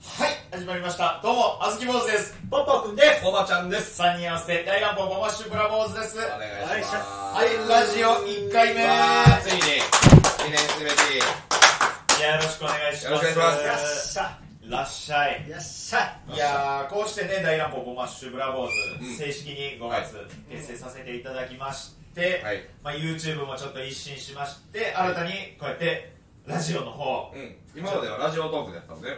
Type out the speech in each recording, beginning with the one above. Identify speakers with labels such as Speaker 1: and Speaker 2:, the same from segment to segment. Speaker 1: 始まりました。どうも、あずき坊主です。
Speaker 2: ポッポくんです
Speaker 3: おばちゃんです。
Speaker 1: 3人合わせて、大乱暴マッシュブラ坊主です。
Speaker 3: お
Speaker 1: は
Speaker 3: 願いします。
Speaker 1: い、ラジオ1回目。い
Speaker 3: わーついに、記念すべき。
Speaker 1: や、よろしくお願いします。
Speaker 3: よろしくお願いし
Speaker 2: よっ
Speaker 3: ま
Speaker 2: しゃ
Speaker 1: らっしゃい。
Speaker 2: よっしゃ
Speaker 1: いやー、こうしてね、大乱暴マッシュブラ坊主、
Speaker 3: うん
Speaker 1: 正式に5月、結成させていただきまして、
Speaker 3: はい
Speaker 1: まあ、YouTube もちょっと一新しまして、新たにこうやって、ラジオの方
Speaker 3: うん。今まではラジオトークでやったんで。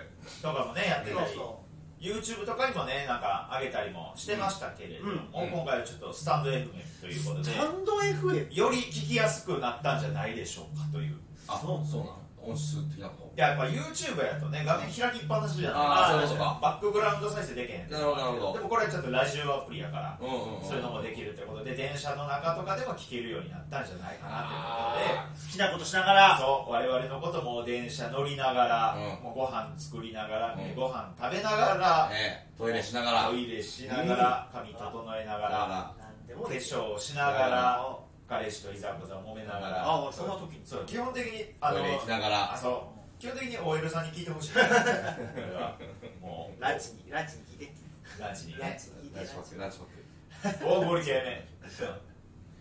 Speaker 1: とかもね、やって
Speaker 2: そう
Speaker 1: たり、
Speaker 2: そ
Speaker 1: YouTube とかにもね、なんか上げたりもしてましたけれども、
Speaker 3: うんうん
Speaker 1: 今回はちょっとスタンド FM ということ
Speaker 2: う
Speaker 1: で、
Speaker 2: ハンド FM
Speaker 1: より聞きやすくなったんじゃないでしょうかという。
Speaker 3: あ、そうそうなの音質的なこ
Speaker 1: やっぱ YouTube やとね、画面開きっぱなしじゃない
Speaker 3: あ
Speaker 2: ー
Speaker 1: で
Speaker 2: そう
Speaker 3: いうことか
Speaker 1: バックグラウンド再生できへん。
Speaker 3: なるほどなるほど
Speaker 1: でもこれはちょっとラジオアプリやから、
Speaker 3: うんうんうん
Speaker 1: そういうのもできるということで、電車の中とかでも聞けるようになったんじゃないかなということで。
Speaker 3: あ
Speaker 2: 好きなことしながら
Speaker 1: そう我々のことも電車乗りながら、
Speaker 3: うん
Speaker 1: もうご飯作りながら、
Speaker 3: うん
Speaker 1: ご飯食べながら、
Speaker 3: ねトイレしながら。
Speaker 1: ト
Speaker 3: な
Speaker 1: イレしながら、髪整えながら、
Speaker 3: が
Speaker 2: なんで
Speaker 1: お
Speaker 2: も
Speaker 1: 化
Speaker 2: でしょ
Speaker 1: 粧しながら、彼氏といざこざ揉めながら、
Speaker 2: あそんな時に
Speaker 1: そう基本的に
Speaker 3: ら
Speaker 1: あの
Speaker 3: トイレ行きなが
Speaker 1: あ
Speaker 3: ら。
Speaker 1: そう基本的に OL さんに聞いてほしいこれはもう
Speaker 2: ランチにランチに聞いて
Speaker 1: ラジに
Speaker 2: ラン
Speaker 1: ね
Speaker 2: チに聞いて
Speaker 3: ラジオトーク、ラジオトーク。
Speaker 1: 大盛り系ね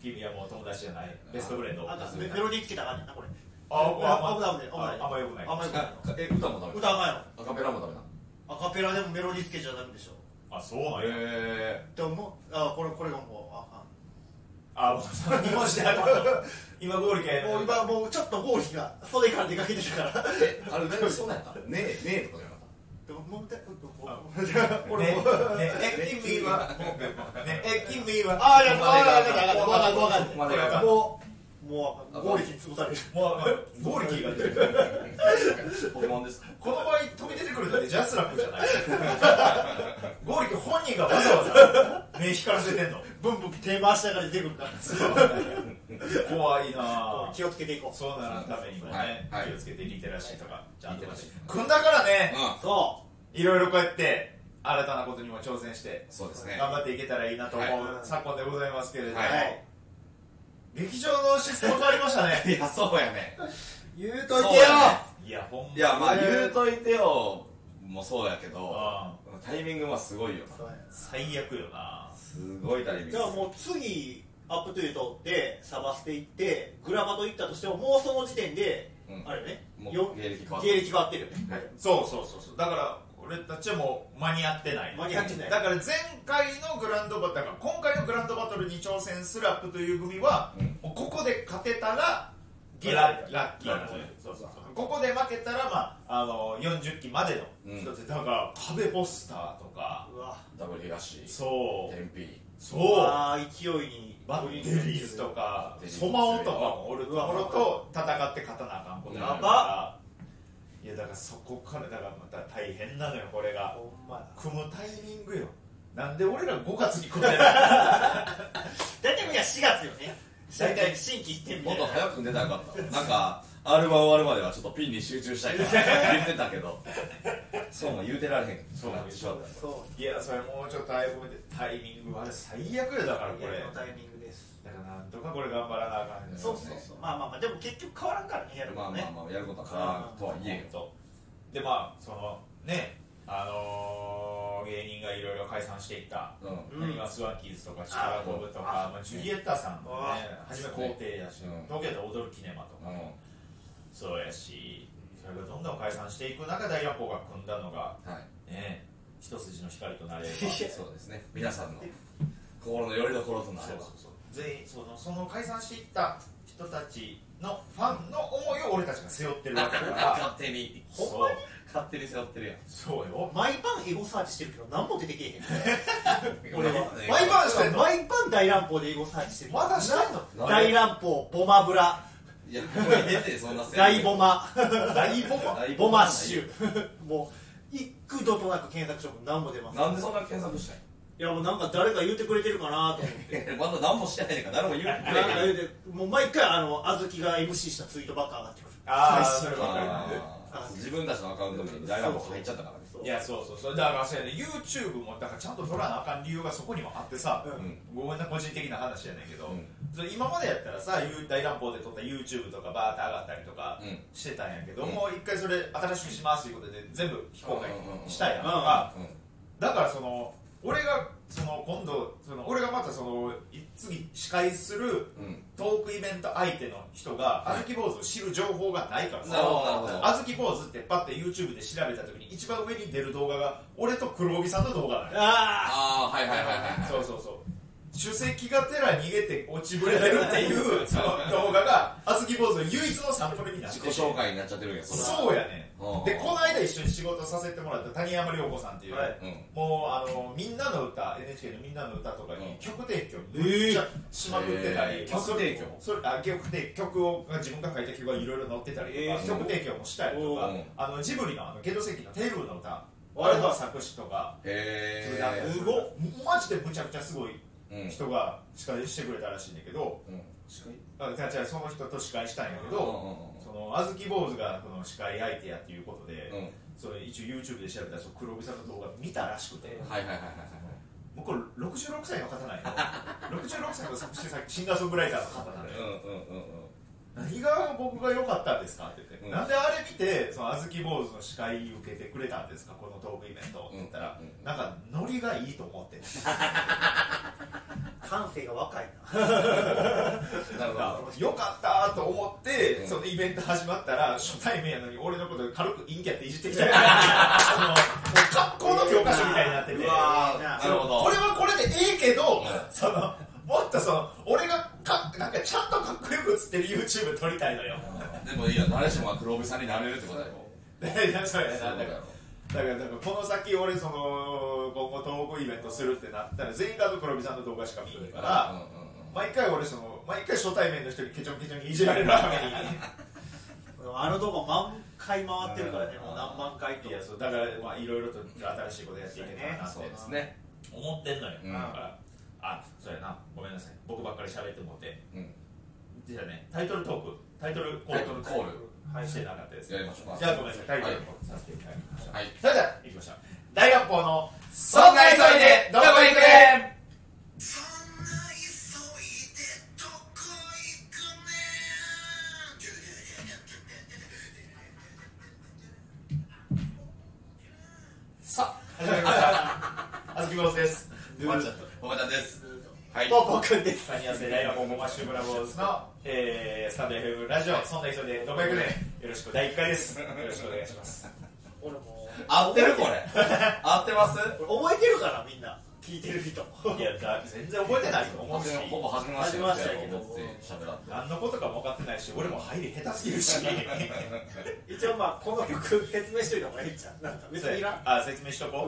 Speaker 1: 君はもう友達じゃないベストフレンド
Speaker 2: なんかメメロディーつけたらあかんねんなこれ
Speaker 1: あ
Speaker 2: 危ない危ない危
Speaker 1: あ
Speaker 2: ない
Speaker 1: んまよくない
Speaker 2: あんまよくない
Speaker 3: あえ、歌もダメ
Speaker 2: 歌あかんや
Speaker 3: アカペラもダメなの
Speaker 2: ろアカペラでもメロディーつけちゃダメでしょ
Speaker 1: あそうなんや
Speaker 3: へ
Speaker 2: でももうあこれこれがもうあ
Speaker 1: あもうその日本史であかんの今ゴール系
Speaker 2: かんもう今もうちょっと合否が袖から出かけてたから
Speaker 3: ーえ、あれ、なんかそうなんやったねえ、ねえとかじゃなかっ
Speaker 2: でももう一回
Speaker 1: あ
Speaker 2: これ
Speaker 1: ね
Speaker 2: も
Speaker 1: ねえキムイはねえキムイは
Speaker 2: ああやばいやばいやばいやばいわかんないわかんない
Speaker 3: まだわかんない
Speaker 2: もうもう合力に潰される
Speaker 1: もうゴールキーが出てくる
Speaker 3: た。ポケモンですか。
Speaker 1: この場合飛び出てくるのってジャスラックじゃないゴーリキ本人がわざわざ目光らせてんの
Speaker 2: ブンブン手回しながら出てくるから
Speaker 1: 怖いなぁ
Speaker 2: 気をつけていこう
Speaker 1: そうなるためにもね、
Speaker 3: はいはい
Speaker 1: 気をつけてリテラシーとかちゃんと
Speaker 3: リテラシー
Speaker 1: 組んだからね
Speaker 3: う
Speaker 2: そ
Speaker 1: いろいろこうやって新たなことにも挑戦して
Speaker 3: ん。そうですね。
Speaker 1: 頑張っていけたらいいなと思う、
Speaker 2: はい
Speaker 1: 昨今でございますけれども、
Speaker 2: う
Speaker 3: はい
Speaker 2: はい
Speaker 1: 劇場のシステム変わりましたね
Speaker 3: いや、そうやね。
Speaker 2: 言う
Speaker 3: とい
Speaker 2: とい
Speaker 3: て
Speaker 2: て
Speaker 3: よ
Speaker 2: よ
Speaker 1: いやほんま
Speaker 3: いや、まあ、
Speaker 2: ね
Speaker 3: 言うといてよ。もそうやけど。
Speaker 1: あ
Speaker 3: タイミングはすごいよな。
Speaker 1: 最悪よな
Speaker 3: すごいタイミング
Speaker 2: じゃあもう次アップトゥー取ってサバステ行ってグラバド行ったとしてももうその時点で
Speaker 3: うん
Speaker 2: あれね
Speaker 3: もう
Speaker 2: よ
Speaker 3: 芸歴変わった
Speaker 2: 芸歴変わってるよね
Speaker 3: はい
Speaker 1: そうそうそうそうだから俺たちはもう間に合ってない
Speaker 2: 間に合ってない
Speaker 1: だから前回のグランドバトル今回のグランドバトルに挑戦するアップという組は、
Speaker 3: うん
Speaker 1: もうここで勝てたら
Speaker 2: ゲ
Speaker 1: ラ
Speaker 2: ラ
Speaker 1: ラッキーなのねそうそうそうここで負けたら、まあ、あの40期までの一つ、だから壁ポスターとか
Speaker 2: うわ
Speaker 3: ダブル東
Speaker 1: そう
Speaker 3: 天秤
Speaker 1: そう
Speaker 2: あ勢いに
Speaker 1: バッテリーズとか
Speaker 3: バッテリーズ
Speaker 1: ソマオとかも俺と俺と戦って勝たなあかんことだ
Speaker 3: や
Speaker 1: からいやだからそこからだからまた大変なのよこれが
Speaker 2: ほんまや
Speaker 1: 組むタイミングよなんで俺ら5月に組んでない
Speaker 2: 大体みんな4月よね
Speaker 1: 大
Speaker 2: 大
Speaker 1: 体
Speaker 2: 体新規行ってみ
Speaker 3: もっ
Speaker 2: たい
Speaker 3: と
Speaker 2: な
Speaker 3: 早く出たらよかったなんかアルバ終わるまではちょっとピンに集中したいから言ってたけどそうも言うてられへん
Speaker 1: そうなん
Speaker 3: で
Speaker 1: です
Speaker 3: しょ
Speaker 2: そ
Speaker 1: いやそれもうちょっとあやめてタイミングあれ最悪よだから
Speaker 2: う
Speaker 1: こ
Speaker 2: こ
Speaker 1: れ
Speaker 2: れの
Speaker 1: だか
Speaker 2: タイミングです
Speaker 1: らなんとかこれ頑張らなあかんね
Speaker 2: そうそうそうまあまあまあでも結局変わらんからねやる
Speaker 3: ま
Speaker 2: も
Speaker 3: あ
Speaker 2: んね
Speaker 3: まあまあやることは変わらんとはいえ
Speaker 1: とでまあそのねあのー芸人がいろいろ解散していった
Speaker 3: よ、うん
Speaker 2: う
Speaker 1: な
Speaker 2: ん
Speaker 1: にわスワンキーズとかチカラコブとか
Speaker 3: あ
Speaker 1: まあ、ジュリエッタさんもね
Speaker 2: あ
Speaker 1: 初め皇帝やし、
Speaker 3: うん
Speaker 1: 東京で踊るキネマとか、
Speaker 3: うん
Speaker 1: そうやしそれがどんどん解散していく中で大学校が組んだのが
Speaker 3: はい
Speaker 1: ね一筋の光とな れる
Speaker 3: そうですね皆さんの心のよりどころとなれば
Speaker 1: 全員そのその解散していった人たちのファンの思いを俺たちが背負ってるわけだから
Speaker 3: 勝手に
Speaker 1: そう
Speaker 3: 勝手に背負ってるやん
Speaker 1: そうよ
Speaker 2: 毎晩エゴサーチしてるけど何も出てけえへん俺は
Speaker 3: ね
Speaker 2: 毎晩
Speaker 1: してんの
Speaker 2: 毎晩大乱暴でエゴサーチしてる
Speaker 1: まだしてんの
Speaker 3: なんで
Speaker 2: 大乱暴ボマブラ
Speaker 3: いやここに出てそんな
Speaker 2: 大ボマ
Speaker 1: 大ボマ
Speaker 3: 大
Speaker 2: ボマッシュ もう幾度となく検索しても何も出ません
Speaker 3: なんでそんな検索したん
Speaker 2: いやもうなんか誰か言ってくれてるかなと思って
Speaker 3: やまだ何もしてないねんから誰も言うてく
Speaker 2: なん
Speaker 3: れへん
Speaker 2: か言うてもう毎回あの小豆が MC したツイートばっか上がってくる
Speaker 1: ああ
Speaker 2: 最新
Speaker 1: それわかる
Speaker 3: あー自分たちのアカウントに大学入っちゃったからね
Speaker 2: そう
Speaker 1: いやそうそうそうだからそうやね YouTube もだからちゃんと取らなあかん理由がそこにもあってさ、
Speaker 3: う
Speaker 1: ごめんな個人的な話やねんけど、
Speaker 3: うん
Speaker 1: それ今までやったらさゆ大乱暴で撮った YouTube とかバーって上がったりとか
Speaker 3: うん
Speaker 1: してたんやけど、
Speaker 3: うん
Speaker 1: もう一回それ新しくしますということで全部非公開したやん
Speaker 2: うんうんうん
Speaker 1: かだからその俺がその今度その俺がまたそのい次司会する
Speaker 3: うんうん
Speaker 1: トークイベント相手の人があずき坊主を知る情報がないから
Speaker 3: なる
Speaker 1: さ
Speaker 3: ほどなるほど
Speaker 1: あずき坊主ってパッて YouTube で調べた時に一番上に出る動画が俺と黒帯さんの動画なんや
Speaker 2: あ
Speaker 3: ああはいはいはいはい
Speaker 1: そうそうそう主席が寺逃げて落ちぶれてるっていうその動画があずき坊主の唯一のサンプルになって
Speaker 3: 自
Speaker 1: て
Speaker 3: 己紹介になっちゃってるんやそれは
Speaker 1: そうやね
Speaker 3: うん
Speaker 1: でこの間一緒に仕事させてもらった谷山涼子さんっていう、
Speaker 2: はい
Speaker 3: うん
Speaker 1: もうあのみんなの歌 NHK のみんなの歌とかに
Speaker 3: うん
Speaker 1: 曲提供めっちゃしまくってたり、
Speaker 3: えー
Speaker 1: まあそれ
Speaker 3: 曲提供
Speaker 1: それあ曲提曲を自分が書いた曲がいろいろ載ってたりとか、
Speaker 2: えー
Speaker 1: 曲提供もしたりとか、
Speaker 3: うん
Speaker 1: あのジブリのあのゲド石のテルの歌
Speaker 2: あ
Speaker 1: あ
Speaker 2: れ
Speaker 1: れ
Speaker 2: だ
Speaker 1: の作詞とか、
Speaker 3: へ
Speaker 1: すごっマジでむちゃくちゃすごい
Speaker 3: えうん
Speaker 1: 人が司会してくれたらしいんだけど
Speaker 3: うん
Speaker 1: 司会あ違う違うその人と司会したいんだけど、
Speaker 3: う
Speaker 1: そのあずき坊主がこの司会相手やっていうことで、
Speaker 3: んうん
Speaker 1: それ一応 YouTube で調べたらその黒帯さんの動画見たらしくて。
Speaker 3: はいはいはいはい
Speaker 1: もうこれ66歳の 方なんや66歳の作詞作シンガーソングライターの方なんや
Speaker 3: はいうんうんうんうん
Speaker 1: 何が僕が良かったんですかって言って、
Speaker 3: うん
Speaker 1: なんであれ見てそのあずき坊主の司会受けてくれたんですかこのトークイベントって言ったら、
Speaker 3: うんうん
Speaker 1: なんかノリがいいと思って
Speaker 2: あ感性が若いな
Speaker 3: なるほど
Speaker 1: 良かったと思って、
Speaker 3: うん
Speaker 1: そのイベント始まったら初対面やのに俺のこと軽く陰キャっていじってきたりそ のもう格好の教科書みたいになってて
Speaker 3: うわーなるほど
Speaker 1: これはこれでいいけど、
Speaker 3: うん
Speaker 1: そのもっとその俺がかなんかちゃんとかっこよく映ってる YouTube 撮りたいのよ
Speaker 3: でもいいや誰しもが黒帯さんになれるってことだよ
Speaker 1: いやそうや
Speaker 3: そう
Speaker 1: なだ
Speaker 3: だ
Speaker 1: から
Speaker 3: よ
Speaker 1: だからだからこの先俺その今後トークイベントするってなったら全員がド黒ビさんの動画しか見えへんから、
Speaker 3: うんうんうん
Speaker 1: 毎回俺その毎回初対面の人にケチョンケチョンにいじられるために。
Speaker 2: あの動画満回回ってるからね
Speaker 3: うん
Speaker 2: もう何万回と
Speaker 1: いやそうだからまあいろいろと新しいことやっていけたらなって
Speaker 3: そうですね
Speaker 1: 思ってんのよ、
Speaker 3: うん
Speaker 1: だからあそうやなごめんなさい僕ばっかり喋ってもって
Speaker 3: うん
Speaker 1: じゃあねタイトルトークタイトルコール
Speaker 3: タイトルコー
Speaker 1: はいしてなかったです
Speaker 3: やりましょうか
Speaker 1: じゃあごめんなさいタイトルコールさせていただきました、
Speaker 3: はい
Speaker 1: それではいきましょう大学校の「そ
Speaker 3: そん
Speaker 1: ん
Speaker 3: な
Speaker 1: な
Speaker 3: 急
Speaker 1: 急
Speaker 3: い
Speaker 1: い
Speaker 3: で
Speaker 1: で
Speaker 3: ど
Speaker 1: ど
Speaker 3: こ
Speaker 1: こ
Speaker 3: 行
Speaker 1: 行
Speaker 3: く
Speaker 1: く
Speaker 3: ね
Speaker 1: ね
Speaker 4: そんな急いでどこ行くね
Speaker 1: さあ始まりましたあずき坊主です
Speaker 3: おばちゃんおばちゃんですはい
Speaker 2: ポポ君で す
Speaker 1: サニアセ大学校マッシュブラボーズの、えー、スタンド FM ラジオそんな急いでどこ行くねよろしく第1回ですよろしくお願いします
Speaker 2: 俺も
Speaker 3: 合ってるこ れ合ってます
Speaker 2: 俺覚えてるからみんな聞いてる人
Speaker 1: いやだ全然覚えてないと思うし
Speaker 3: ほぼ初めまして
Speaker 2: 初めましてやけど
Speaker 3: 思って喋らん
Speaker 1: 何のことかも分かってないし俺も入り下手すぎるし
Speaker 2: 一応まあこの曲説明しといた方がいいんちゃうなんか別にいらん
Speaker 1: あ説明しと
Speaker 2: う
Speaker 1: こ
Speaker 2: ん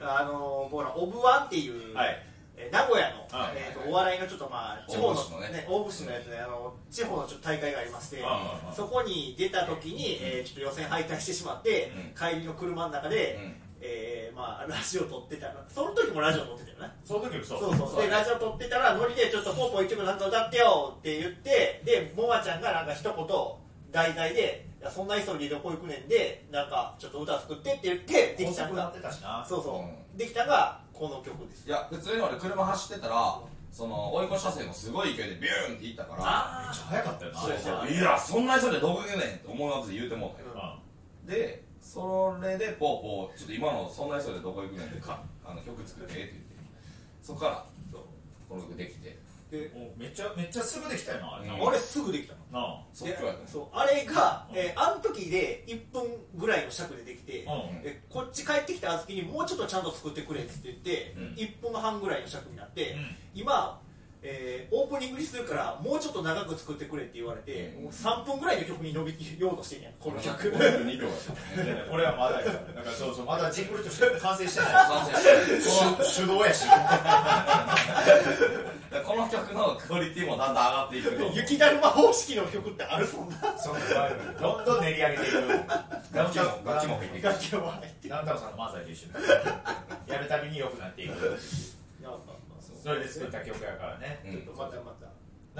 Speaker 2: あのー、ほらオブワンっていう
Speaker 1: う、はい
Speaker 2: えー名古屋の、
Speaker 1: はい
Speaker 2: えーとお笑いのちょっとまあ地方
Speaker 3: 大節の
Speaker 2: の
Speaker 3: ね
Speaker 2: 大節のやつね、あの地方のちょっと大会がありまして
Speaker 1: ああああ
Speaker 2: そこに出た時に、えーちょっと予選敗退してしまって、
Speaker 3: うん
Speaker 2: 帰りの車の中で、
Speaker 3: うん
Speaker 2: えーまあ、ラジオ撮ってたらその時もラジオ撮ってたよね
Speaker 1: その時もそう
Speaker 2: そうそう
Speaker 3: そう
Speaker 2: でラジオ撮ってたらノリでちょっとポーポー一曲なんか歌ってよって言ってでもあちゃんがなんか一言題材で「いやそんな急ぎでどこ行くねんで」なんかちょっと歌作ってって言ってで
Speaker 1: 高
Speaker 2: きた
Speaker 1: 速
Speaker 2: の
Speaker 1: なっ
Speaker 2: が
Speaker 1: てたしな
Speaker 2: そうそう、
Speaker 3: う
Speaker 2: できたがこの曲です
Speaker 3: いや普通に俺車走ってたらその追い越し車線もすごい勢いでビューンって行ったから
Speaker 1: めっちゃ早かったよな
Speaker 2: そうそう
Speaker 1: あれ
Speaker 3: いやそんな人でどこ行くねんって思わず言うてもうたよ
Speaker 1: うん
Speaker 3: でそれでぽーぽーちょっと今の「そんな人でどこ行くねん」ってかあの曲作ってって言ってそっからそうこの曲できて
Speaker 2: で
Speaker 1: もうめっちゃめっちゃすぐできたよなあれな
Speaker 3: うん
Speaker 2: あれすぐできたの
Speaker 1: なあ
Speaker 3: 即興やったんです
Speaker 2: そうあれが、
Speaker 1: うん
Speaker 2: えーあの時で1分ぐらいの尺でできて、
Speaker 1: うん
Speaker 2: えこっち帰ってきたあずきにもうちょっとちゃんと作ってくれっつって言って、
Speaker 3: うん
Speaker 2: 1分半ぐらいの尺になって、
Speaker 1: うん
Speaker 2: 今、えーオープニングにするからもうちょっと長く作ってくれって言われて、
Speaker 3: うん
Speaker 2: もう3分ぐらいの曲に伸び ようとしてんやんこの曲
Speaker 3: 2秒やったもんね
Speaker 1: 俺はまだやからだからそうそうまだジングルとして完成 してない
Speaker 3: 完成して
Speaker 1: 手
Speaker 3: る
Speaker 1: 動やし
Speaker 3: だからこの曲のクオリティもだんだん上がっていくと思う
Speaker 2: 雪だるま方式の曲ってあるそんな
Speaker 1: そんなどんどん練り上げていく
Speaker 3: 楽器も楽器も入っていく
Speaker 2: 楽器も入って
Speaker 1: 南太郎さんの漫才と一緒にやるたびに良くなっていく
Speaker 2: なんか
Speaker 1: それで作った曲やからね
Speaker 3: う
Speaker 2: ちょっ
Speaker 3: ん
Speaker 2: とまたまた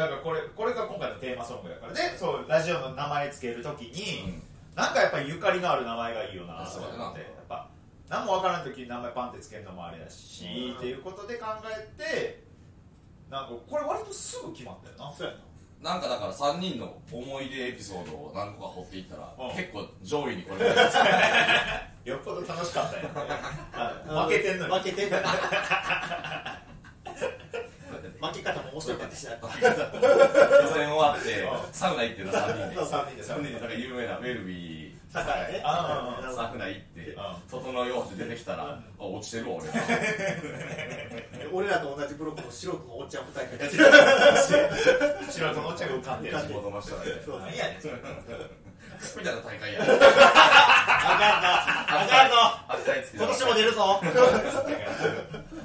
Speaker 1: だからこれこれが今回のテーマソングやからでそうラジオの名前つけるときに、
Speaker 3: うん
Speaker 1: なんかやっぱりゆかりのある名前がいいよなと
Speaker 3: そう
Speaker 1: 思
Speaker 3: や
Speaker 1: っ
Speaker 3: な
Speaker 1: てやっぱ何も分からん時に名前パンってつけるのもあれやし
Speaker 2: うん
Speaker 1: っていうことで考えてなんかこれ割とすぐ決まったよな
Speaker 2: そうやな
Speaker 3: なんかだから3人の思い出エピソードを何個か掘っていったら
Speaker 1: うん
Speaker 3: 結構上位にこれが
Speaker 1: よっぽど楽しかったよねあ負けてんのに
Speaker 2: 負けてんのに負け方も面白かっ たしな
Speaker 3: 予選終わって
Speaker 1: う
Speaker 3: サウナ行ってた3人
Speaker 1: そう
Speaker 3: で
Speaker 1: 3人で
Speaker 3: サ
Speaker 1: 3
Speaker 3: ウ
Speaker 1: 人
Speaker 3: ナに
Speaker 1: で
Speaker 3: なんか有名なメルビー
Speaker 2: 酒井ね
Speaker 1: あ
Speaker 3: サウナ行って「整えよう」って出てきたら「あ落ちて るわ俺」
Speaker 2: 俺らと同じブロックの素人のおっちゃん二人が
Speaker 1: 白とのお茶が浮かんでる
Speaker 2: 浮か
Speaker 3: 地
Speaker 2: んで
Speaker 3: 元の人 がいて
Speaker 2: そう
Speaker 1: 何やねんそれ
Speaker 3: クソみたいな大会や
Speaker 2: あかんのあ
Speaker 3: あったやつ
Speaker 2: かんの今年も出るぞ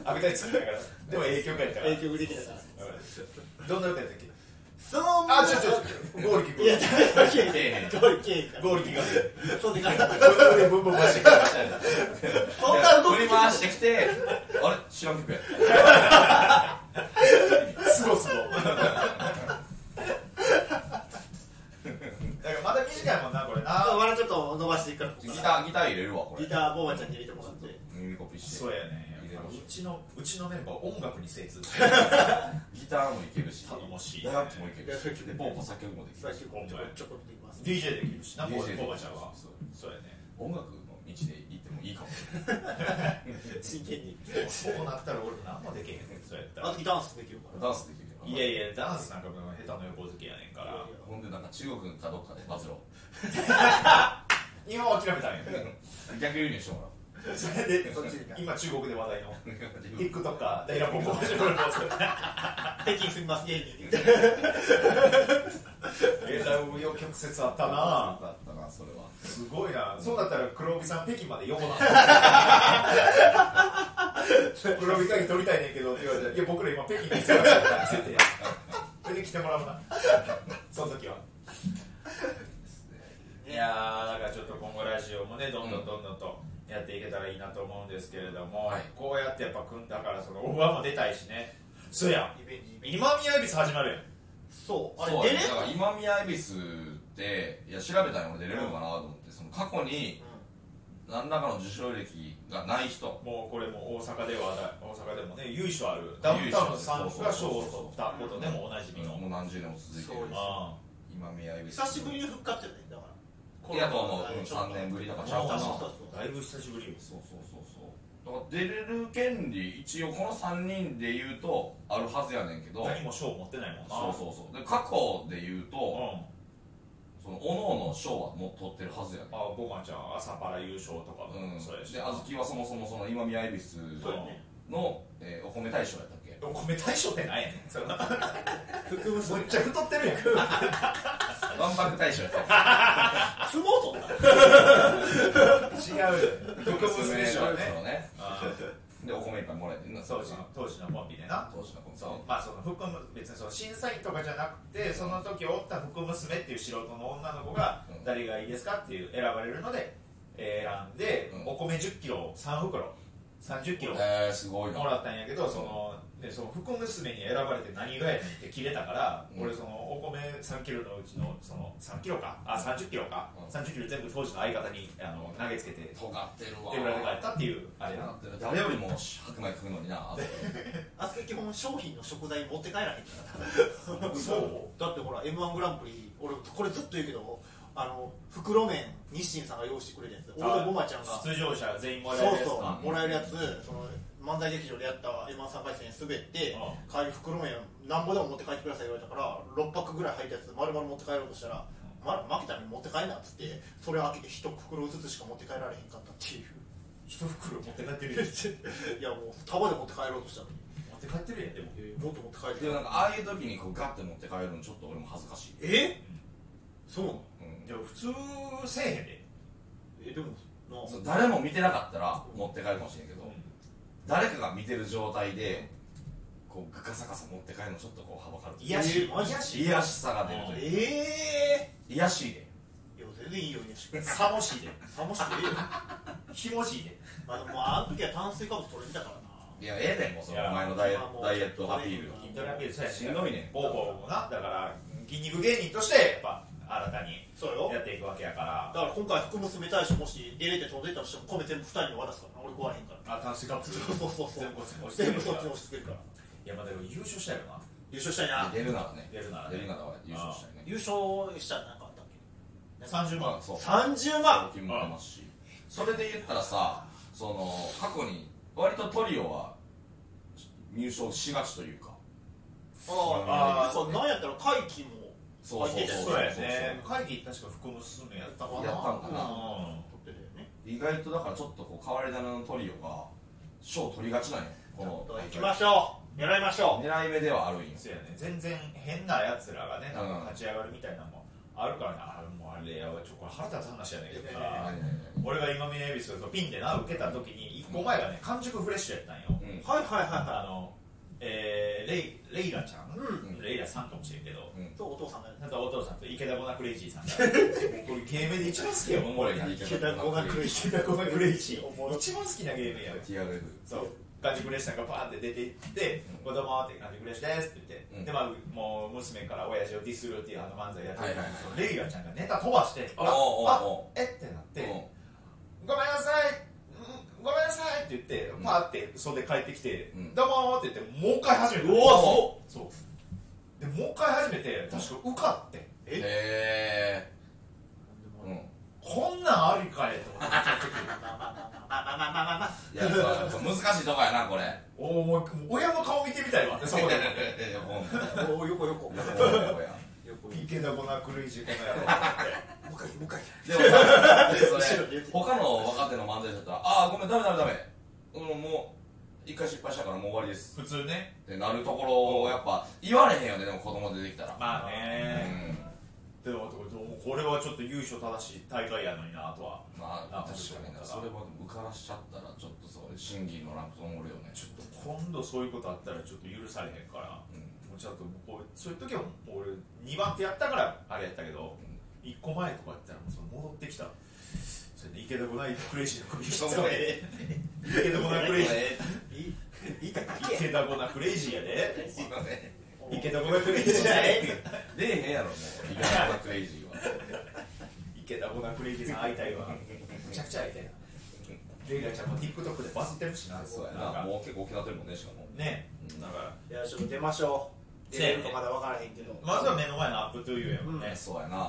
Speaker 1: あげたいつだからでも影響がいったから
Speaker 2: 影響できないから
Speaker 1: うんどんな歌やったっけ
Speaker 2: その
Speaker 1: あちょちょちょゴールキ
Speaker 2: いや
Speaker 1: ー
Speaker 2: 誰だっけどういう経緯か
Speaker 1: ゴールキーが
Speaker 2: そうでかそん
Speaker 1: ブンブンブン回してくる
Speaker 2: な動
Speaker 3: 振
Speaker 2: き
Speaker 3: り回してきてあれ知らん曲や
Speaker 1: すごすごだからまだ短いもんなこれ
Speaker 2: あ
Speaker 1: な
Speaker 2: まだちょっと伸ばしていくからここ
Speaker 3: ギ
Speaker 2: か
Speaker 3: タ
Speaker 2: ら
Speaker 3: ーギター入れるわこ
Speaker 2: ギ
Speaker 3: れ
Speaker 2: ターボーマちゃんに入れてもらって
Speaker 3: 耳コピして
Speaker 1: そうやね
Speaker 3: 入れましょ
Speaker 1: うちのうちのメンバー音楽に精通して
Speaker 3: うギターもいけるし
Speaker 1: 頼もしい
Speaker 3: 打楽器もいけ る
Speaker 2: 打楽器
Speaker 3: し
Speaker 2: も
Speaker 3: でポンポン作曲もでき
Speaker 2: 最
Speaker 3: る
Speaker 2: 終
Speaker 3: し
Speaker 2: ちょこちょこっといきます
Speaker 1: DJ できるしな
Speaker 3: DJ
Speaker 1: ボ
Speaker 3: できる
Speaker 1: ーバちゃんは
Speaker 3: そう
Speaker 1: そうやね
Speaker 3: 音楽の道で行ってもいいかも
Speaker 2: 真剣に
Speaker 1: そうなったら俺何もできへんそうやった
Speaker 2: あ
Speaker 1: ら
Speaker 2: とギターダンスできるか
Speaker 3: ダンスできる
Speaker 1: いやいやダンスなんかもう下手の横好きやねんからら
Speaker 3: ほんでなんか中国かどっかでバズろ
Speaker 1: 日本は諦めたんや
Speaker 3: う逆輸入しても
Speaker 1: それで
Speaker 2: そっちに
Speaker 1: 今中国で話題の
Speaker 3: らう
Speaker 1: TikTok かダイラポンポン始ま る
Speaker 2: 北京住みます芸人
Speaker 1: 現代紆余曲折あったな
Speaker 3: だったなそれは
Speaker 1: すごいなそうだったら黒帯さん北京まで横なの 黒帯会議取りたいねんけどって言われて「いや僕ら今北京ですよ」って言ってそれで来てもらうなその時は
Speaker 2: ね
Speaker 1: いやーだからちょっと今後ラジオもねどんどんどんどんとやっていけたらいいなと思うんですけれども、
Speaker 3: はい
Speaker 1: こうやってやっぱ組んだからそのオファーも出たいしねそうや
Speaker 2: イベント
Speaker 1: 今宮恵比寿始まるやん
Speaker 2: そうあ
Speaker 3: そう
Speaker 2: れ出れ
Speaker 3: だから今宮恵比寿っていや調べたら俺出れるのかなと思ってその過去に何らかの受賞歴がない人
Speaker 1: もうこれも大阪ではだ大阪でもね由緒あるダウンタウンさんが賞を取ったことでもおなじみの、
Speaker 3: もう何十年も続いて
Speaker 2: そう
Speaker 3: る
Speaker 2: です
Speaker 1: あ
Speaker 3: 今宮恵比寿
Speaker 2: 久しぶりに復活じゃないだから
Speaker 3: いやと思う、うん、3年ぶりとかちゃうかな
Speaker 2: そう
Speaker 3: そ
Speaker 2: そうう
Speaker 1: あだいぶ久しぶりよ
Speaker 3: そうそうそうだから出れる権利一応この3人で言うとあるはずやねんけど
Speaker 1: 何も賞持ってないもんな
Speaker 3: そうそうそうで過去で言う
Speaker 1: うん
Speaker 3: と、そのおのおの賞はもう取ってるはずやねん
Speaker 1: あボマちゃん朝から優勝とか
Speaker 3: う
Speaker 1: も
Speaker 3: ん、
Speaker 1: そうやし、
Speaker 3: で小豆はそもそもその今宮恵比寿
Speaker 2: そうう
Speaker 1: や
Speaker 2: や
Speaker 1: ね
Speaker 2: ね
Speaker 3: の、えーお米大賞やったっけ
Speaker 1: お米大賞ってないやねんそれめっ
Speaker 2: 福む相撲
Speaker 1: ちゃ太ってるやん
Speaker 3: 万博大賞やったっけ
Speaker 2: 取った
Speaker 1: 違うよ 福娘でしょ
Speaker 3: だ
Speaker 1: う
Speaker 3: っ
Speaker 1: ね
Speaker 3: ね
Speaker 1: あ
Speaker 3: でお米いっぱいもらえてんな
Speaker 1: 当時当時のコンビでな
Speaker 3: 当時のコンビ
Speaker 1: そうまあその福む別にその審査員とかじゃなくてその時おった福娘っていう素人の女の子が
Speaker 3: うん
Speaker 1: 誰がいいですかっていう選ばれるのでえー選んで
Speaker 3: うん
Speaker 1: お米1 0キロを3袋3 0キロ
Speaker 3: えー、すごいな
Speaker 1: もらったんやけどそのでその福娘に選ばれて何がやねんって切れたから、
Speaker 3: うん
Speaker 1: 俺そのお米3キロのうちのその3キロかあ3 0キロか、
Speaker 3: うん
Speaker 1: 3 0キロ全部当時の相方にあの投げつけて手
Speaker 3: 尖ってるわ
Speaker 1: ぶらで帰ったっていうあれな
Speaker 3: 尖ってる誰よりも白米食うのになあと
Speaker 2: あそこ基本商品の食材持って帰らへんか ら
Speaker 1: そう
Speaker 2: だってほら m 1グランプリ俺これずっと言うけどあの袋麺日清さんが用意してくれたやつ俺とボマちゃんが
Speaker 1: 出場者全員も
Speaker 2: そう
Speaker 1: らえるやつ
Speaker 2: そ
Speaker 1: か
Speaker 2: うもらえるやつその漫才劇場でやった m 1 3回戦滑って帰り袋麺なんぼでも持って帰ってください言われたから6パックぐらい入ったやつ丸々持って帰ろうとしたら、ま、負けたのに持って帰んなっつってそれ開けて1袋ずつしか持って帰られへんかったっていう
Speaker 1: 一袋持って帰ってるやん
Speaker 2: いやもう束で持って帰ろうとしたのに
Speaker 1: 持って帰ってるやんでも
Speaker 2: もっと持って帰って
Speaker 3: でもなんかああいう時にこうガッて持って帰るのちょっと俺も恥ずかしい、
Speaker 2: えそうなの
Speaker 3: うん
Speaker 1: でも普通せえへんで、
Speaker 2: えでもな
Speaker 3: そう誰も見てなかったら持って帰るかもしれんけど、
Speaker 1: う
Speaker 3: 誰かが見てる状態でこうガサガサ持って帰るのちょっとこうはばかる
Speaker 1: ん、いやしい
Speaker 2: えーマ
Speaker 1: い
Speaker 2: ジ
Speaker 1: やし
Speaker 3: 癒やしさが出るというか
Speaker 2: ええ
Speaker 3: いやしいで
Speaker 2: いや全然いいよいやし
Speaker 1: さもしいで
Speaker 2: さもしくいいよ
Speaker 1: ひもしいで
Speaker 2: まあでももうあの時は炭水化物取れてたからない
Speaker 3: やええねんもうそ
Speaker 1: いや
Speaker 3: のお前のダイエ
Speaker 2: まあもう
Speaker 3: ダイエットアピール
Speaker 1: 筋トレアピールそうや
Speaker 3: しんどいね
Speaker 1: ボーボーもなだから筋肉芸人としてやっぱ新たに
Speaker 2: そうよ
Speaker 1: やっていくわけやから
Speaker 2: だから今回福娘大賞もし出れて飛んでいったとしても米全部二人に渡すからな俺食わへんから
Speaker 1: あ楽しかった
Speaker 2: そうそうそうそう
Speaker 1: 全部こっちに押し付けるい
Speaker 2: 全部そっちに押し付けるから
Speaker 1: やまあでも優勝したよな
Speaker 2: 優勝したいな
Speaker 3: 出るならね
Speaker 1: 出るならね
Speaker 3: 出るなら優勝したいね
Speaker 2: 優勝したらなんかあったっけ
Speaker 1: 30
Speaker 3: ま
Speaker 1: 万
Speaker 3: あそう
Speaker 2: 30万
Speaker 3: 金も出ますしそれで言ったらさその過去に割とトリオは入賞しがちというか
Speaker 2: ああなんやったら会期も
Speaker 3: そうそうそう
Speaker 2: あ
Speaker 1: そうやね会議確か福娘やったかな
Speaker 3: やったんかな
Speaker 1: うん
Speaker 2: 取ってたよね
Speaker 3: 意外とだからちょっとこう変わり種のトリオが賞取りがちなんよこの
Speaker 2: 行きましょう狙いましょ
Speaker 3: 狙い目ではあるんよ
Speaker 1: そうやね全然変なやつらがねなん
Speaker 3: うん
Speaker 1: か立ち上がるみたいなのもあるからねあれもうあれやわちょっとこれ腹立つ話やねんけど
Speaker 2: いやい
Speaker 1: さ
Speaker 3: はいはいはい
Speaker 1: 俺が今峰恵比寿とピンでな受けた時に1個前がね完熟フレッシュやったんよ
Speaker 3: うん
Speaker 2: うはいはいは
Speaker 1: あのえーレイレイラちゃん
Speaker 2: いはいうん
Speaker 3: ん
Speaker 1: レイラさんかもしれんけど
Speaker 3: うん
Speaker 2: そうお父さんがや
Speaker 1: なんかお父さんと池田ゴナクレイジーさんがこれゲームで一番好きやもん俺
Speaker 3: い
Speaker 2: 池田子が苦しい
Speaker 1: 池田ゴナクレイジ
Speaker 2: おも
Speaker 1: ー
Speaker 2: ろ
Speaker 1: 一番好きなゲームや
Speaker 3: TRF
Speaker 1: そうガジクレッシュさんがバーンって出て行って「
Speaker 3: う
Speaker 1: 子供ってガジクレッシュです」って言って、
Speaker 3: うん
Speaker 1: でまあもう娘から親父をディスるっていうあの漫才やってる、
Speaker 3: はいはいはい
Speaker 1: そのレイラちゃんがネタ飛ばして「
Speaker 3: おうおう
Speaker 1: あ
Speaker 3: お
Speaker 1: えっ?」てなって
Speaker 3: うん
Speaker 1: 「ごめんなさいうんごめんなさい」って言って
Speaker 3: ん
Speaker 1: パーって袖帰ってきて
Speaker 3: う
Speaker 1: 「
Speaker 3: ん
Speaker 1: どうも」って言ってもう一回始めた
Speaker 2: うわ
Speaker 1: そうでもう一回始めて確か受かって
Speaker 3: へえうん
Speaker 1: こんなんありかえと思って
Speaker 2: まあまあまあまあまあまあまあまあ
Speaker 3: いやそうそう難しいとこやなこれ
Speaker 1: おおもう一回もう親の顔見てみ たいわってそこで
Speaker 3: いやほんと
Speaker 2: おお横横
Speaker 3: ほんとほんとや
Speaker 2: 横もう
Speaker 1: 池田ゴナ クレイジーこの野郎
Speaker 2: 一回もう一回
Speaker 3: でもさ、でもそ
Speaker 2: 後ろに
Speaker 3: れ
Speaker 2: 言って
Speaker 3: 他の若手の漫才師だったら、ああ、ごめん、ダメダメダメ、うん、もう、一回失敗したからもう終わりです
Speaker 1: 普通ね
Speaker 3: ってなるところを、やっぱ、言われへんよね、でも子供出てきたら。
Speaker 1: まあ
Speaker 3: う
Speaker 1: ね
Speaker 3: ん、
Speaker 1: でもこれはちょっと優勝正しい大会やのになとは
Speaker 3: ま
Speaker 1: あ
Speaker 3: あ、確かにな、それも受からしちゃったら、ちょっとそう、審議のランクと思うよね。
Speaker 1: ちょっと今度そういうことあったらちょっと許されへんから
Speaker 3: うん
Speaker 1: もうちょっとこうそういう時はもう俺2番手やったからあれやったけど1個前とかやったらもうその戻ってきたそれで池田もないクレイジーの首
Speaker 3: そ
Speaker 1: 引
Speaker 3: う
Speaker 1: き池田もないクレイジー
Speaker 2: いいいいかだ
Speaker 1: 池
Speaker 2: け
Speaker 1: 田もないクレイジーやで
Speaker 3: そうだね
Speaker 1: 池田もないクレイジーやで
Speaker 3: 出えへんやろ、もう、意外なクレイジーは。
Speaker 1: 池田もないクレイジーさん会いたいわめちゃくちゃ会いたいなレイラちゃんも TikTok でバズってるしな
Speaker 3: そうや
Speaker 1: なん
Speaker 3: な、
Speaker 1: か
Speaker 3: もう結構大きなってるもんね、しかも。
Speaker 1: ね
Speaker 3: うん
Speaker 1: だから
Speaker 2: いやちょっと出ましょう出れるかまだ分からへんけど
Speaker 1: まずは目の前のアップトゥーユーやもん
Speaker 3: ね
Speaker 1: ね、
Speaker 3: そうやな。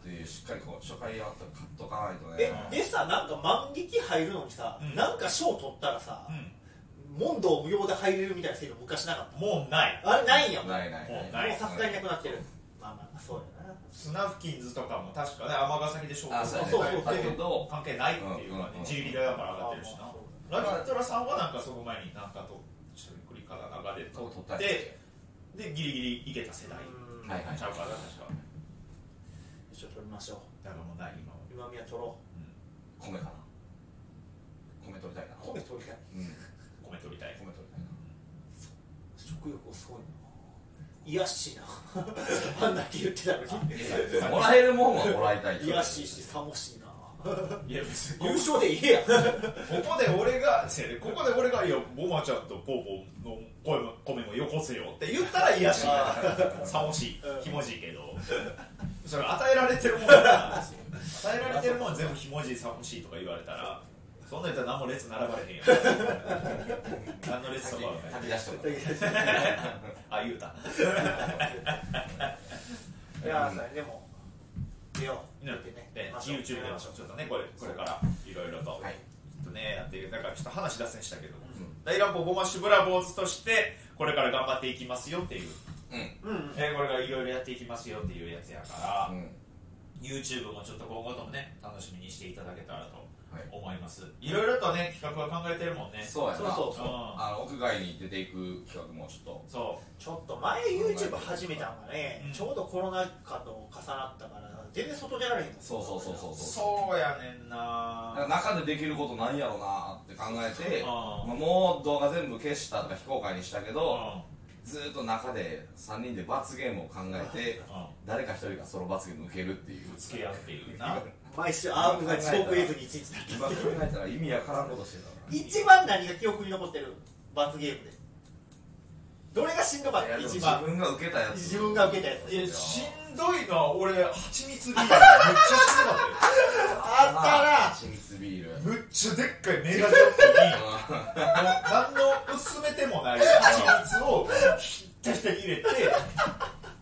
Speaker 3: っていうしっかりこう初回やったら買っとかないとね。
Speaker 2: えでさなんか万劇入るのにさ、
Speaker 1: うん
Speaker 2: なんか賞取ったらさ、問答無用で入れるみたいな制度昔なかっ
Speaker 1: うんもうない
Speaker 2: たあれないんやもんも
Speaker 3: ないない
Speaker 1: もうな
Speaker 2: う
Speaker 1: い
Speaker 2: さすがになくなってる、まあまあまあそうやな
Speaker 1: スナフキンズとかも確かね尼崎で勝負
Speaker 3: あそうやね
Speaker 2: そうそう
Speaker 3: だけど
Speaker 1: 関係ないっていうかね、
Speaker 3: うんうんうん
Speaker 1: G リーグやから上がってるし
Speaker 2: あまあ
Speaker 1: な
Speaker 2: そう
Speaker 1: ラビットラさんはなんかその前になんかとちょっと繰り返流れ
Speaker 3: 取っ
Speaker 1: とっ
Speaker 3: たり
Speaker 1: てでギリギリいけた世代
Speaker 2: うん
Speaker 3: はい
Speaker 1: ちゃうからな確か
Speaker 2: 一緒取りましょう
Speaker 1: だからもうない今は
Speaker 2: 今宮取ろ
Speaker 3: 米かな米取りたいな
Speaker 2: う米取りたい
Speaker 3: うん米
Speaker 1: 米取りたい
Speaker 3: 取りたいな
Speaker 2: 食欲をすごいな癒やし いなあんだけ言ってたの
Speaker 3: もらえるもんはもらいたい
Speaker 2: に癒やしいし寂しいない
Speaker 1: や別に
Speaker 2: 優勝でいえや
Speaker 1: ここで俺がせやでここで俺が「いやボマちゃんとポーポーの声も米もよこせよ」って言ったらいやしい さもしい
Speaker 2: うん
Speaker 1: ひもじいけどそれ与えられてるもんだから与えられてるもん全部ひもじいさもしいとか言われたらそんなんやったら何も列並ばれへんやん何の列とかはない
Speaker 3: 炊き出しとか
Speaker 1: あ言うた
Speaker 2: いやそれでも出よう
Speaker 1: ね
Speaker 2: ってね
Speaker 1: で
Speaker 2: まあ
Speaker 1: YouTube でもちょっとねこれこれからいろいろと、
Speaker 3: はい
Speaker 1: ちょっとねやってるだからちょっと話脱線したけども、大乱暴ボマッシュブラボーズとしてこれから頑張っていきますよっていう、
Speaker 3: うん
Speaker 2: うんうん
Speaker 1: えーこれからいろいろやっていきますよっていうやつやから、
Speaker 3: うん
Speaker 1: YouTube もちょっと今後ともね楽しみにしていただけたらと
Speaker 3: はい
Speaker 1: 思います、いろいろとね企画は考えてるもんね
Speaker 3: そうやな
Speaker 2: そうそうそう
Speaker 1: うん
Speaker 3: あの屋外に出ていく企画もちょっと
Speaker 1: そ
Speaker 2: ちょっと前 YouTube 始めたんがね、
Speaker 1: うん
Speaker 2: ちょうどコロナ禍と重なったから全然外出られへんの
Speaker 3: そうそうそうそう
Speaker 1: う
Speaker 3: うそ
Speaker 1: そ
Speaker 3: う
Speaker 1: うやねん
Speaker 3: だから
Speaker 1: な
Speaker 3: 中でできることなんやろうなって考えて
Speaker 1: うん
Speaker 3: まあもう動画全部消したとか非公開にしたけ
Speaker 1: う
Speaker 3: ど
Speaker 1: ん
Speaker 3: ずーっと中で3人で罰ゲームを考えて
Speaker 1: うん
Speaker 3: 誰か一人がその罰ゲーム受けるっていう
Speaker 1: ぶつけ合っているな
Speaker 2: 毎週アームが地獄絵図に一日だ
Speaker 3: 今考えたら意味わからんことしてたな
Speaker 2: 一番何が記憶に残ってる罰ゲームでどれがしんどかった
Speaker 3: いやで
Speaker 2: 一
Speaker 3: も自
Speaker 2: 番
Speaker 3: 分が受けたやつ
Speaker 2: 自分が受けたやついや
Speaker 1: し
Speaker 2: し
Speaker 1: んどいのは俺蜂蜜ビールめっちゃしんどかったよ
Speaker 2: あ
Speaker 3: 蜂蜜ビ ール
Speaker 1: むっちゃでっかいメガジョッキにもう何の薄めてもない蜂蜜をひったひたに入れて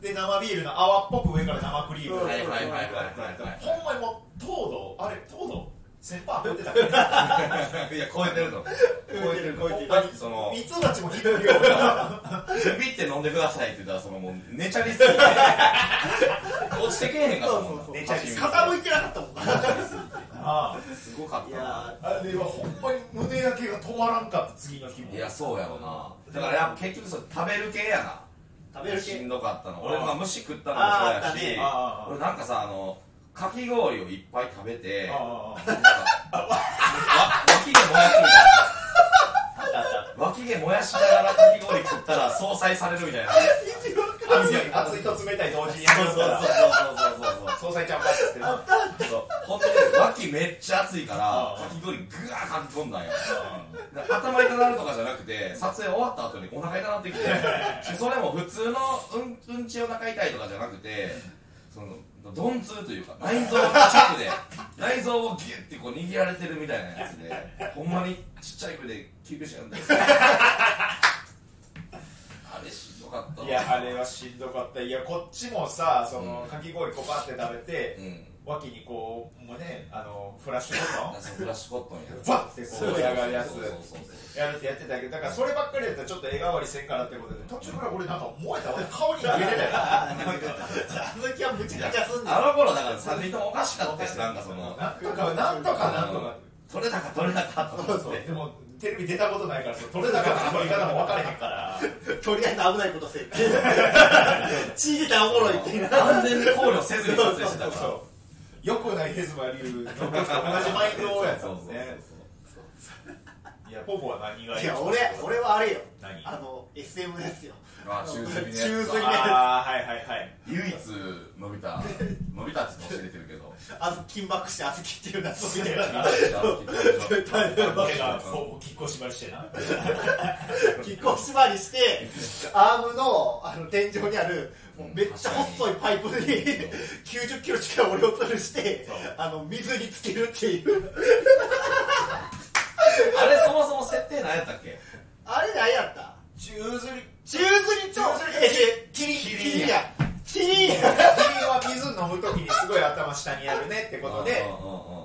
Speaker 1: で生ビールの泡っぽく上から生クリーム
Speaker 3: はいはいはいはいはいはい
Speaker 1: ほんまにもう糖度あれ糖度1000パー超えてたから
Speaker 3: いや超えてると
Speaker 2: ったな受けてる
Speaker 3: ほ
Speaker 2: 超え
Speaker 3: ん
Speaker 2: てる
Speaker 3: まにその
Speaker 1: 蜜蜂もひどいような
Speaker 3: ビって飲んでくださいって言ったらそのもう寝ちゃりすぎて落ちてけえへんかと思う
Speaker 2: そうそうそう
Speaker 1: 寝ちゃりすぎて
Speaker 2: 傾いてなかったもんな
Speaker 1: あ
Speaker 3: すごかっ
Speaker 2: い
Speaker 3: たな
Speaker 2: や
Speaker 1: れはほんまに胸焼けが止まらんかった次の日も
Speaker 3: いやそうやろなだからやっぱ結局それ食べる系やな
Speaker 2: ー食べる
Speaker 3: し
Speaker 2: 系
Speaker 3: んどかったの俺
Speaker 1: あー
Speaker 3: まあ虫食ったのも
Speaker 2: あー
Speaker 3: そ
Speaker 2: あった
Speaker 3: うやし
Speaker 2: ね
Speaker 1: あー
Speaker 3: 俺なんかさあのかき氷をいっぱい食べて
Speaker 1: あ
Speaker 3: わ
Speaker 1: あ
Speaker 3: 脇毛燃やすみたい
Speaker 1: あったあっ
Speaker 3: な脇毛燃やしながらかき氷食ったら相殺されるみたいな
Speaker 1: た熱い熱いと冷たい同時にや
Speaker 3: そう
Speaker 1: る
Speaker 3: そ
Speaker 1: から総
Speaker 3: うそうそうそうそうそう
Speaker 1: 裁ちゃんパスってな
Speaker 3: そう本当に脇めっちゃ熱いか
Speaker 1: あ
Speaker 3: ら
Speaker 1: ー
Speaker 3: かき氷ぐわーかき込んだんよで頭痛なるとかじゃなくて撮影終わった後にお腹痛なってき てそれも普通のうんうんちお腹痛いとかじゃなくてその鈍痛とい うか内臓の直で内臓をギュッてこう握られてるみたいなやつでほんまにちっちゃい声で救急車呼んで あれしんどかったわ
Speaker 1: いやあれはしんどかったいやこっちもさその、
Speaker 3: うん
Speaker 1: かき氷こばって食べて、
Speaker 3: うん
Speaker 1: 脇にこうもうねあのフラッシュボ
Speaker 3: あそうフラッシュコットンや
Speaker 1: タンバッてこう上がるや
Speaker 3: そうそ
Speaker 1: つ
Speaker 3: うそうそうそう
Speaker 1: やるってやってたけどだからそればっかりやったらちょっと絵代わりせんからってことで途中から俺なんか燃えた俺顔に入れてたよ
Speaker 2: あの時はむちゃくちゃすんで
Speaker 3: あの頃だから3人ともおかしかったしなんかその
Speaker 1: なんとかなんとかなんとか
Speaker 3: 取れたか取れなかと
Speaker 1: そうそ
Speaker 3: かっ
Speaker 1: う
Speaker 3: て
Speaker 1: でもテレビ出たことないからその撮れなかった撮り方も分からへんから
Speaker 2: とりあえず危ないことせ えちぎったらおもろいっていう
Speaker 3: 完全に考慮せずに撮影してたから
Speaker 1: そうよくないヘズマリュウの時と同じマインドをやったもんねいやポポは何がいい
Speaker 2: いや俺俺はあれよ
Speaker 1: 何
Speaker 2: あの SM のやつよ
Speaker 3: あ中継ね
Speaker 2: 中継
Speaker 1: ああはいはい はい
Speaker 3: 唯一伸びた伸びたって教えてるけど
Speaker 2: あず金箔してあずきっていう謎みたいな
Speaker 1: 俺がこうきっこ縛りしてな
Speaker 2: 結構縛りしてアームのあの天井にあるもうめっちゃ細いパイプに90キロ近い俺を吊るして
Speaker 1: そう
Speaker 2: あの水につけるっていう
Speaker 3: あれそもそも設定何やったっけ
Speaker 2: あれ何やった
Speaker 1: 宙吊り
Speaker 2: 宙吊りとえキリ
Speaker 3: キリ
Speaker 2: キリやキリや
Speaker 1: 君は水飲む時にすごい頭下にやるねってことで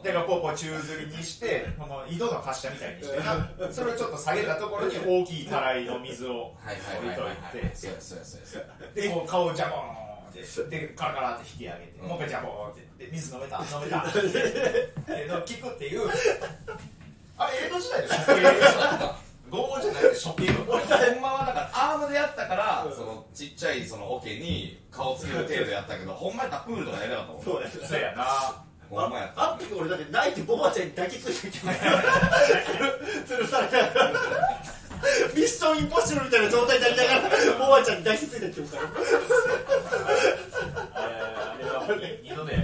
Speaker 1: だからポポ宙吊りにしてこの井戸の滑車みたいにしてなそれをちょっと下げたところに大きいたらいの水を
Speaker 3: はいはい
Speaker 1: 置い
Speaker 3: はい
Speaker 1: と
Speaker 3: はいい
Speaker 1: て
Speaker 3: そうやそうやそうや
Speaker 1: でこう顔をジャボーンってでカラカラって引き上げて、
Speaker 3: うん
Speaker 1: もう一回ジャボーンってで水飲めた飲 めたっての聞くっていうあれ江戸時代でしょ合法じゃないでしょっていうの
Speaker 3: ほんまはだからアームでやったからそのちっちゃいその桶に顔つける程度やったけどほんまやったらプールとかやりたかったもん
Speaker 2: そうや
Speaker 1: そうやな
Speaker 3: ほんまやった
Speaker 2: あの時俺だって泣いてボマちゃんに抱きつい てきて吊るされながらミッションインポッシブルみたいな状態になりながらボマちゃんに抱きついてきてるから
Speaker 1: あれは二度目や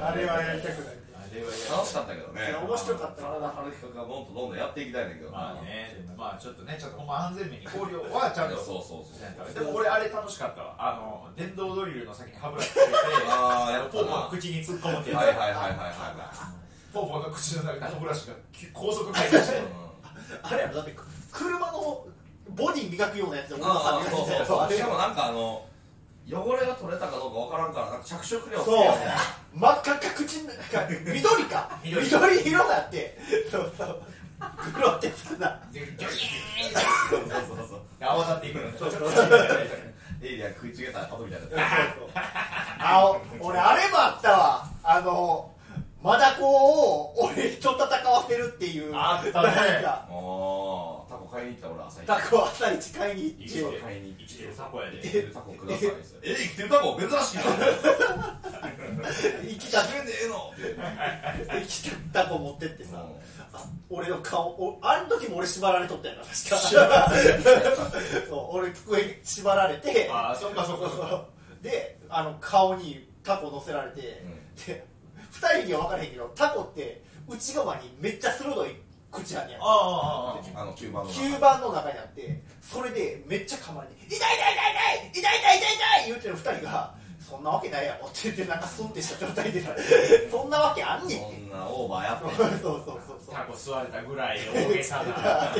Speaker 1: な
Speaker 2: あれはやりたくない
Speaker 1: あれはや
Speaker 3: 楽しかったけどね
Speaker 2: いや面白かったな
Speaker 3: 体張る企画はどんどんどんどんやっていきたいねんだけどな
Speaker 1: まあねでもまあちょっとねちょっとほんま安全面に考慮はち
Speaker 3: そ
Speaker 1: ゃ
Speaker 3: う
Speaker 1: と
Speaker 3: んそうそう
Speaker 1: でも俺あれ楽しかったわあの電動ドリルの先に歯ブラシつけて
Speaker 3: あーやった
Speaker 1: ポー
Speaker 3: な
Speaker 1: ポーの口に突っ込むってやつ、
Speaker 3: はいはいはいはいは
Speaker 1: ポーポーの口の中に歯ブラシが高速回転して
Speaker 3: い、
Speaker 1: る
Speaker 2: あれやろだってく車のボディ磨くようなやつで俺の歯
Speaker 3: ああ
Speaker 2: 磨
Speaker 3: そう
Speaker 2: き
Speaker 3: そう
Speaker 2: あ
Speaker 3: そう
Speaker 2: れ
Speaker 3: しかも
Speaker 2: よ
Speaker 3: なんかあの汚れが取れたかどうかわからんからなんか着色料つけ
Speaker 2: そう
Speaker 3: てね
Speaker 2: 真っ赤っか口の中 緑か
Speaker 1: 緑
Speaker 2: 緑色だってそうそうグロテスクな
Speaker 1: でギョキーンって
Speaker 3: そうそうそう
Speaker 1: 泡立っていくの
Speaker 2: そうそう
Speaker 3: エイリアン食いちげた後みたいな
Speaker 2: あお俺あれもあったわあのマダコを俺と戦わせるっていう
Speaker 1: あったね
Speaker 2: なんか
Speaker 3: おータコ買いに行った俺朝
Speaker 2: タコを朝一買いに
Speaker 1: いい
Speaker 2: 行っ
Speaker 1: ね
Speaker 2: て
Speaker 3: 買いに
Speaker 1: 生きてるタコや
Speaker 3: 生き
Speaker 1: で
Speaker 3: てるタコくださいですよえ生きてるタコ珍しいな
Speaker 2: 生きた
Speaker 3: 食えんでええのって
Speaker 2: 生きたタコ持ってってさ、
Speaker 3: うん
Speaker 2: あ俺の顔おあの時も俺縛られとったやな確 かそう俺机に縛られて
Speaker 1: ああそっかそっかそっか
Speaker 2: であの顔にタコ乗せられて、
Speaker 3: ん
Speaker 2: で2人には分からへんけどタコって内側にめっちゃ鋭い口あんねや
Speaker 1: ああああああ
Speaker 3: あの吸盤の中
Speaker 2: 吸盤の中にあってそれでめっちゃ構えて「痛い痛い痛い痛い痛い痛い痛い痛い!」言うてる2人が「そんなわけないやろ」って言ってなんかスンってした状態で「そんなわけあんねん」っ
Speaker 3: そ
Speaker 2: て
Speaker 3: んなオーバーやっ
Speaker 2: そう
Speaker 3: て
Speaker 2: そうそうそうそう
Speaker 1: タコ吸われたぐらい大げさな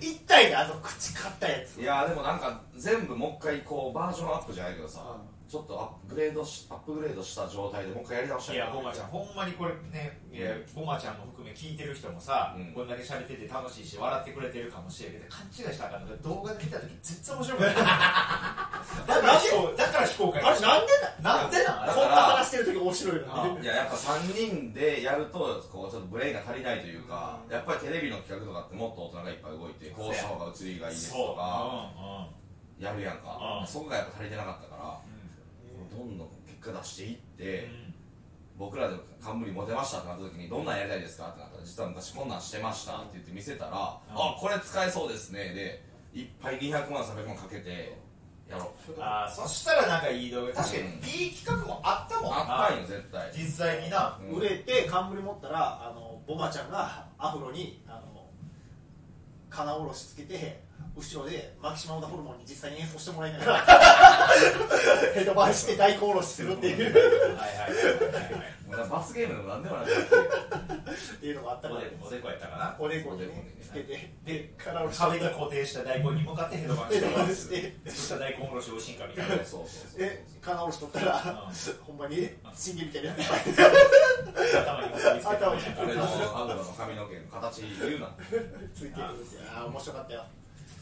Speaker 2: 一体ねあの口かったやつ
Speaker 3: いやーでもなんか全部もう一回こうバージョンアップじゃないけどさ、ちょっとアップグレードしアップグレードした状態でもう一回やり直した
Speaker 1: いやボマちゃんほんまにこれねいやボマちゃんも含め聞いてる人もさ、
Speaker 3: うん
Speaker 1: こんだけ喋ってて楽しいし笑ってくれてるかもしれんけど勘違いしたらあかんのが動画で見た時絶対面白くないだから非公だから非公開
Speaker 2: あれなんでだ
Speaker 1: なんでなん
Speaker 3: だ
Speaker 2: こ
Speaker 3: か
Speaker 2: んな
Speaker 3: ら
Speaker 2: 話してる時面白いのに
Speaker 3: いややっぱ3人でやるとこうちょっとブレインが足りないというか、
Speaker 2: うん
Speaker 3: やっぱりテレビの企画とかってもっと大人がいっぱい動いてこうした方が映りがいいですとかやるやんか、
Speaker 1: うん
Speaker 3: そこがやっぱ足りてなかったから、
Speaker 2: う
Speaker 3: どんどん結果出していって、僕らで冠持てましたってなった時にどんなんやりたいですかってなったら実は昔こんなんしてましたって言って見せたら、あこれ使えそうですねでいっぱい200万300万かけてやろう
Speaker 1: あーそしたらなんかいい動画確か
Speaker 3: うん
Speaker 1: にいい企画もあったもん
Speaker 3: あった
Speaker 1: なん
Speaker 3: よ絶対
Speaker 1: 実際にな
Speaker 3: うん
Speaker 2: ん売れて冠持ったらあのボマちゃんがアフロにあの金おろしつけて後ろでマキシマムダホルモンに実際に演奏してもらいな がらヘドバンして大根おろしするっていう
Speaker 1: はいはいはいはいはい
Speaker 3: もうな罰ゲームでも何でも ない
Speaker 2: っていうのがあったか
Speaker 1: お
Speaker 2: ら
Speaker 1: でおでこやったかな
Speaker 2: おでこにねつけてで金おろし
Speaker 1: 壁に固定した大根に向かってヘドバン
Speaker 2: ヘ
Speaker 1: して
Speaker 2: ド
Speaker 1: もらう
Speaker 2: バンして
Speaker 1: 作った大根おろし美味しいんかみたいな
Speaker 3: そうそうそう
Speaker 2: で金おろし取ったら
Speaker 1: うん
Speaker 2: ほんまにチンゲみたいなやついっぱい
Speaker 1: 頭に結びつけて
Speaker 2: 頭に結びつけ
Speaker 3: 俺のアブラの髪の毛の形言うな
Speaker 2: ついてるんですよあー面白かったよ、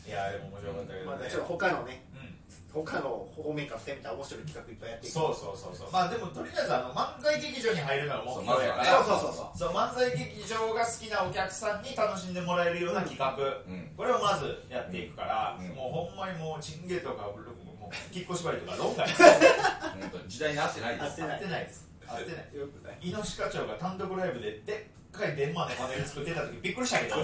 Speaker 1: いやでも面白かったけど
Speaker 2: まあ、
Speaker 1: ね
Speaker 2: ちょっと他のね
Speaker 1: うん
Speaker 2: 他の方面から攻めた面白い企画いっぱいやってい
Speaker 1: そうそうそうそうまあでもとりあえずあの漫才劇場に入るのが目標やから
Speaker 3: そう
Speaker 2: そうそうそ
Speaker 1: そう漫才劇場が好きなお客さんに楽しんでもらえるような企画、
Speaker 3: うん
Speaker 1: これをまずやっていくから、
Speaker 3: うん
Speaker 1: もうほんまにもうチンゲとかもう引っ越し張りとか論外
Speaker 3: 本当に時代に合ってないで
Speaker 2: 合っ
Speaker 3: す
Speaker 2: てない
Speaker 1: 合ってないです合ってない
Speaker 2: よくない
Speaker 1: イノシカ長が単独ライブででっかいデンマークのパネル作ってた時びっくりしたけど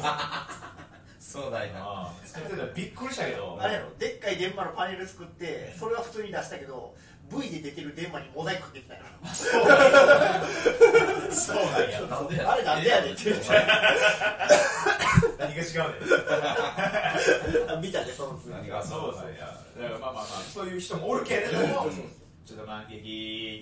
Speaker 3: そうだよな
Speaker 1: うん作ってたらびっくりしたけど
Speaker 2: あれやろでっかい電話のパネル作ってそれは普通に出したけど V で出てる電話にモザイクかけてたやろ
Speaker 1: そうなんやそうなんや
Speaker 3: なんでや
Speaker 2: あれなんでやねんって言って
Speaker 1: 何が違うねん
Speaker 2: 見たでその図
Speaker 3: 何が
Speaker 1: そうなんやだからまあまあまあそういう人もおるけれどもちょっと満劇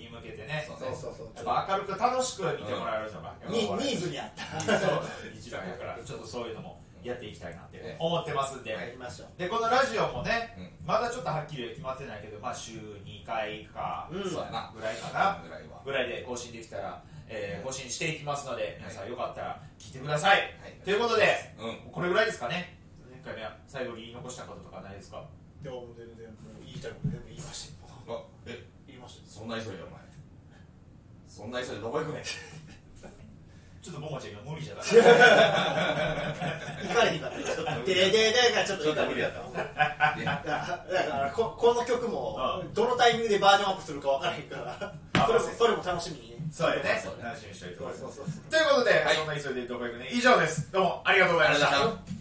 Speaker 1: に向けてね
Speaker 3: そう
Speaker 2: そう
Speaker 3: ね
Speaker 2: そうそう
Speaker 1: やっぱ明るく楽しく見てもらえるのが
Speaker 2: に
Speaker 1: やっぱ我々
Speaker 2: ニーズにあった
Speaker 1: そう一番やからちょっとそういうのもやっていきたいなって思ってますんで、
Speaker 2: やりましょう
Speaker 1: でこのラジオもね、まだちょっとはっきりは決まってないけどまあ週2回か
Speaker 2: うん
Speaker 3: そうやな
Speaker 1: ぐらいかな
Speaker 3: ぐらいは
Speaker 1: ぐらいで更新できたら、えー更新していきますので皆さんよかったら聞いてください、ということで
Speaker 3: うん
Speaker 1: これぐらいですかね今回目は最後に言い残したこととかないですか
Speaker 2: でも全然もう言いたいこと全部言いましたよ
Speaker 3: あえ
Speaker 2: 言いましたよ
Speaker 3: そんな急いでお前そんな急いでどこ行くねん
Speaker 1: ちょっとボマちゃん今無理じゃ ない
Speaker 2: 行かれへんかったちょ っとでででがちょっと今無理だった
Speaker 3: い
Speaker 2: だからだからここの曲も
Speaker 1: う
Speaker 2: どのタイミングでバージョンアップするか分からへんから
Speaker 1: あ
Speaker 2: それもそれも楽しみにね
Speaker 1: そうやね
Speaker 3: そうやね
Speaker 1: 楽しみにしておいてく
Speaker 2: そう
Speaker 1: ださい
Speaker 2: そうそう
Speaker 1: ということで、
Speaker 3: い
Speaker 1: そんな急いでどこ行くね以上ですどうもありがとうございました
Speaker 3: ありがとうございました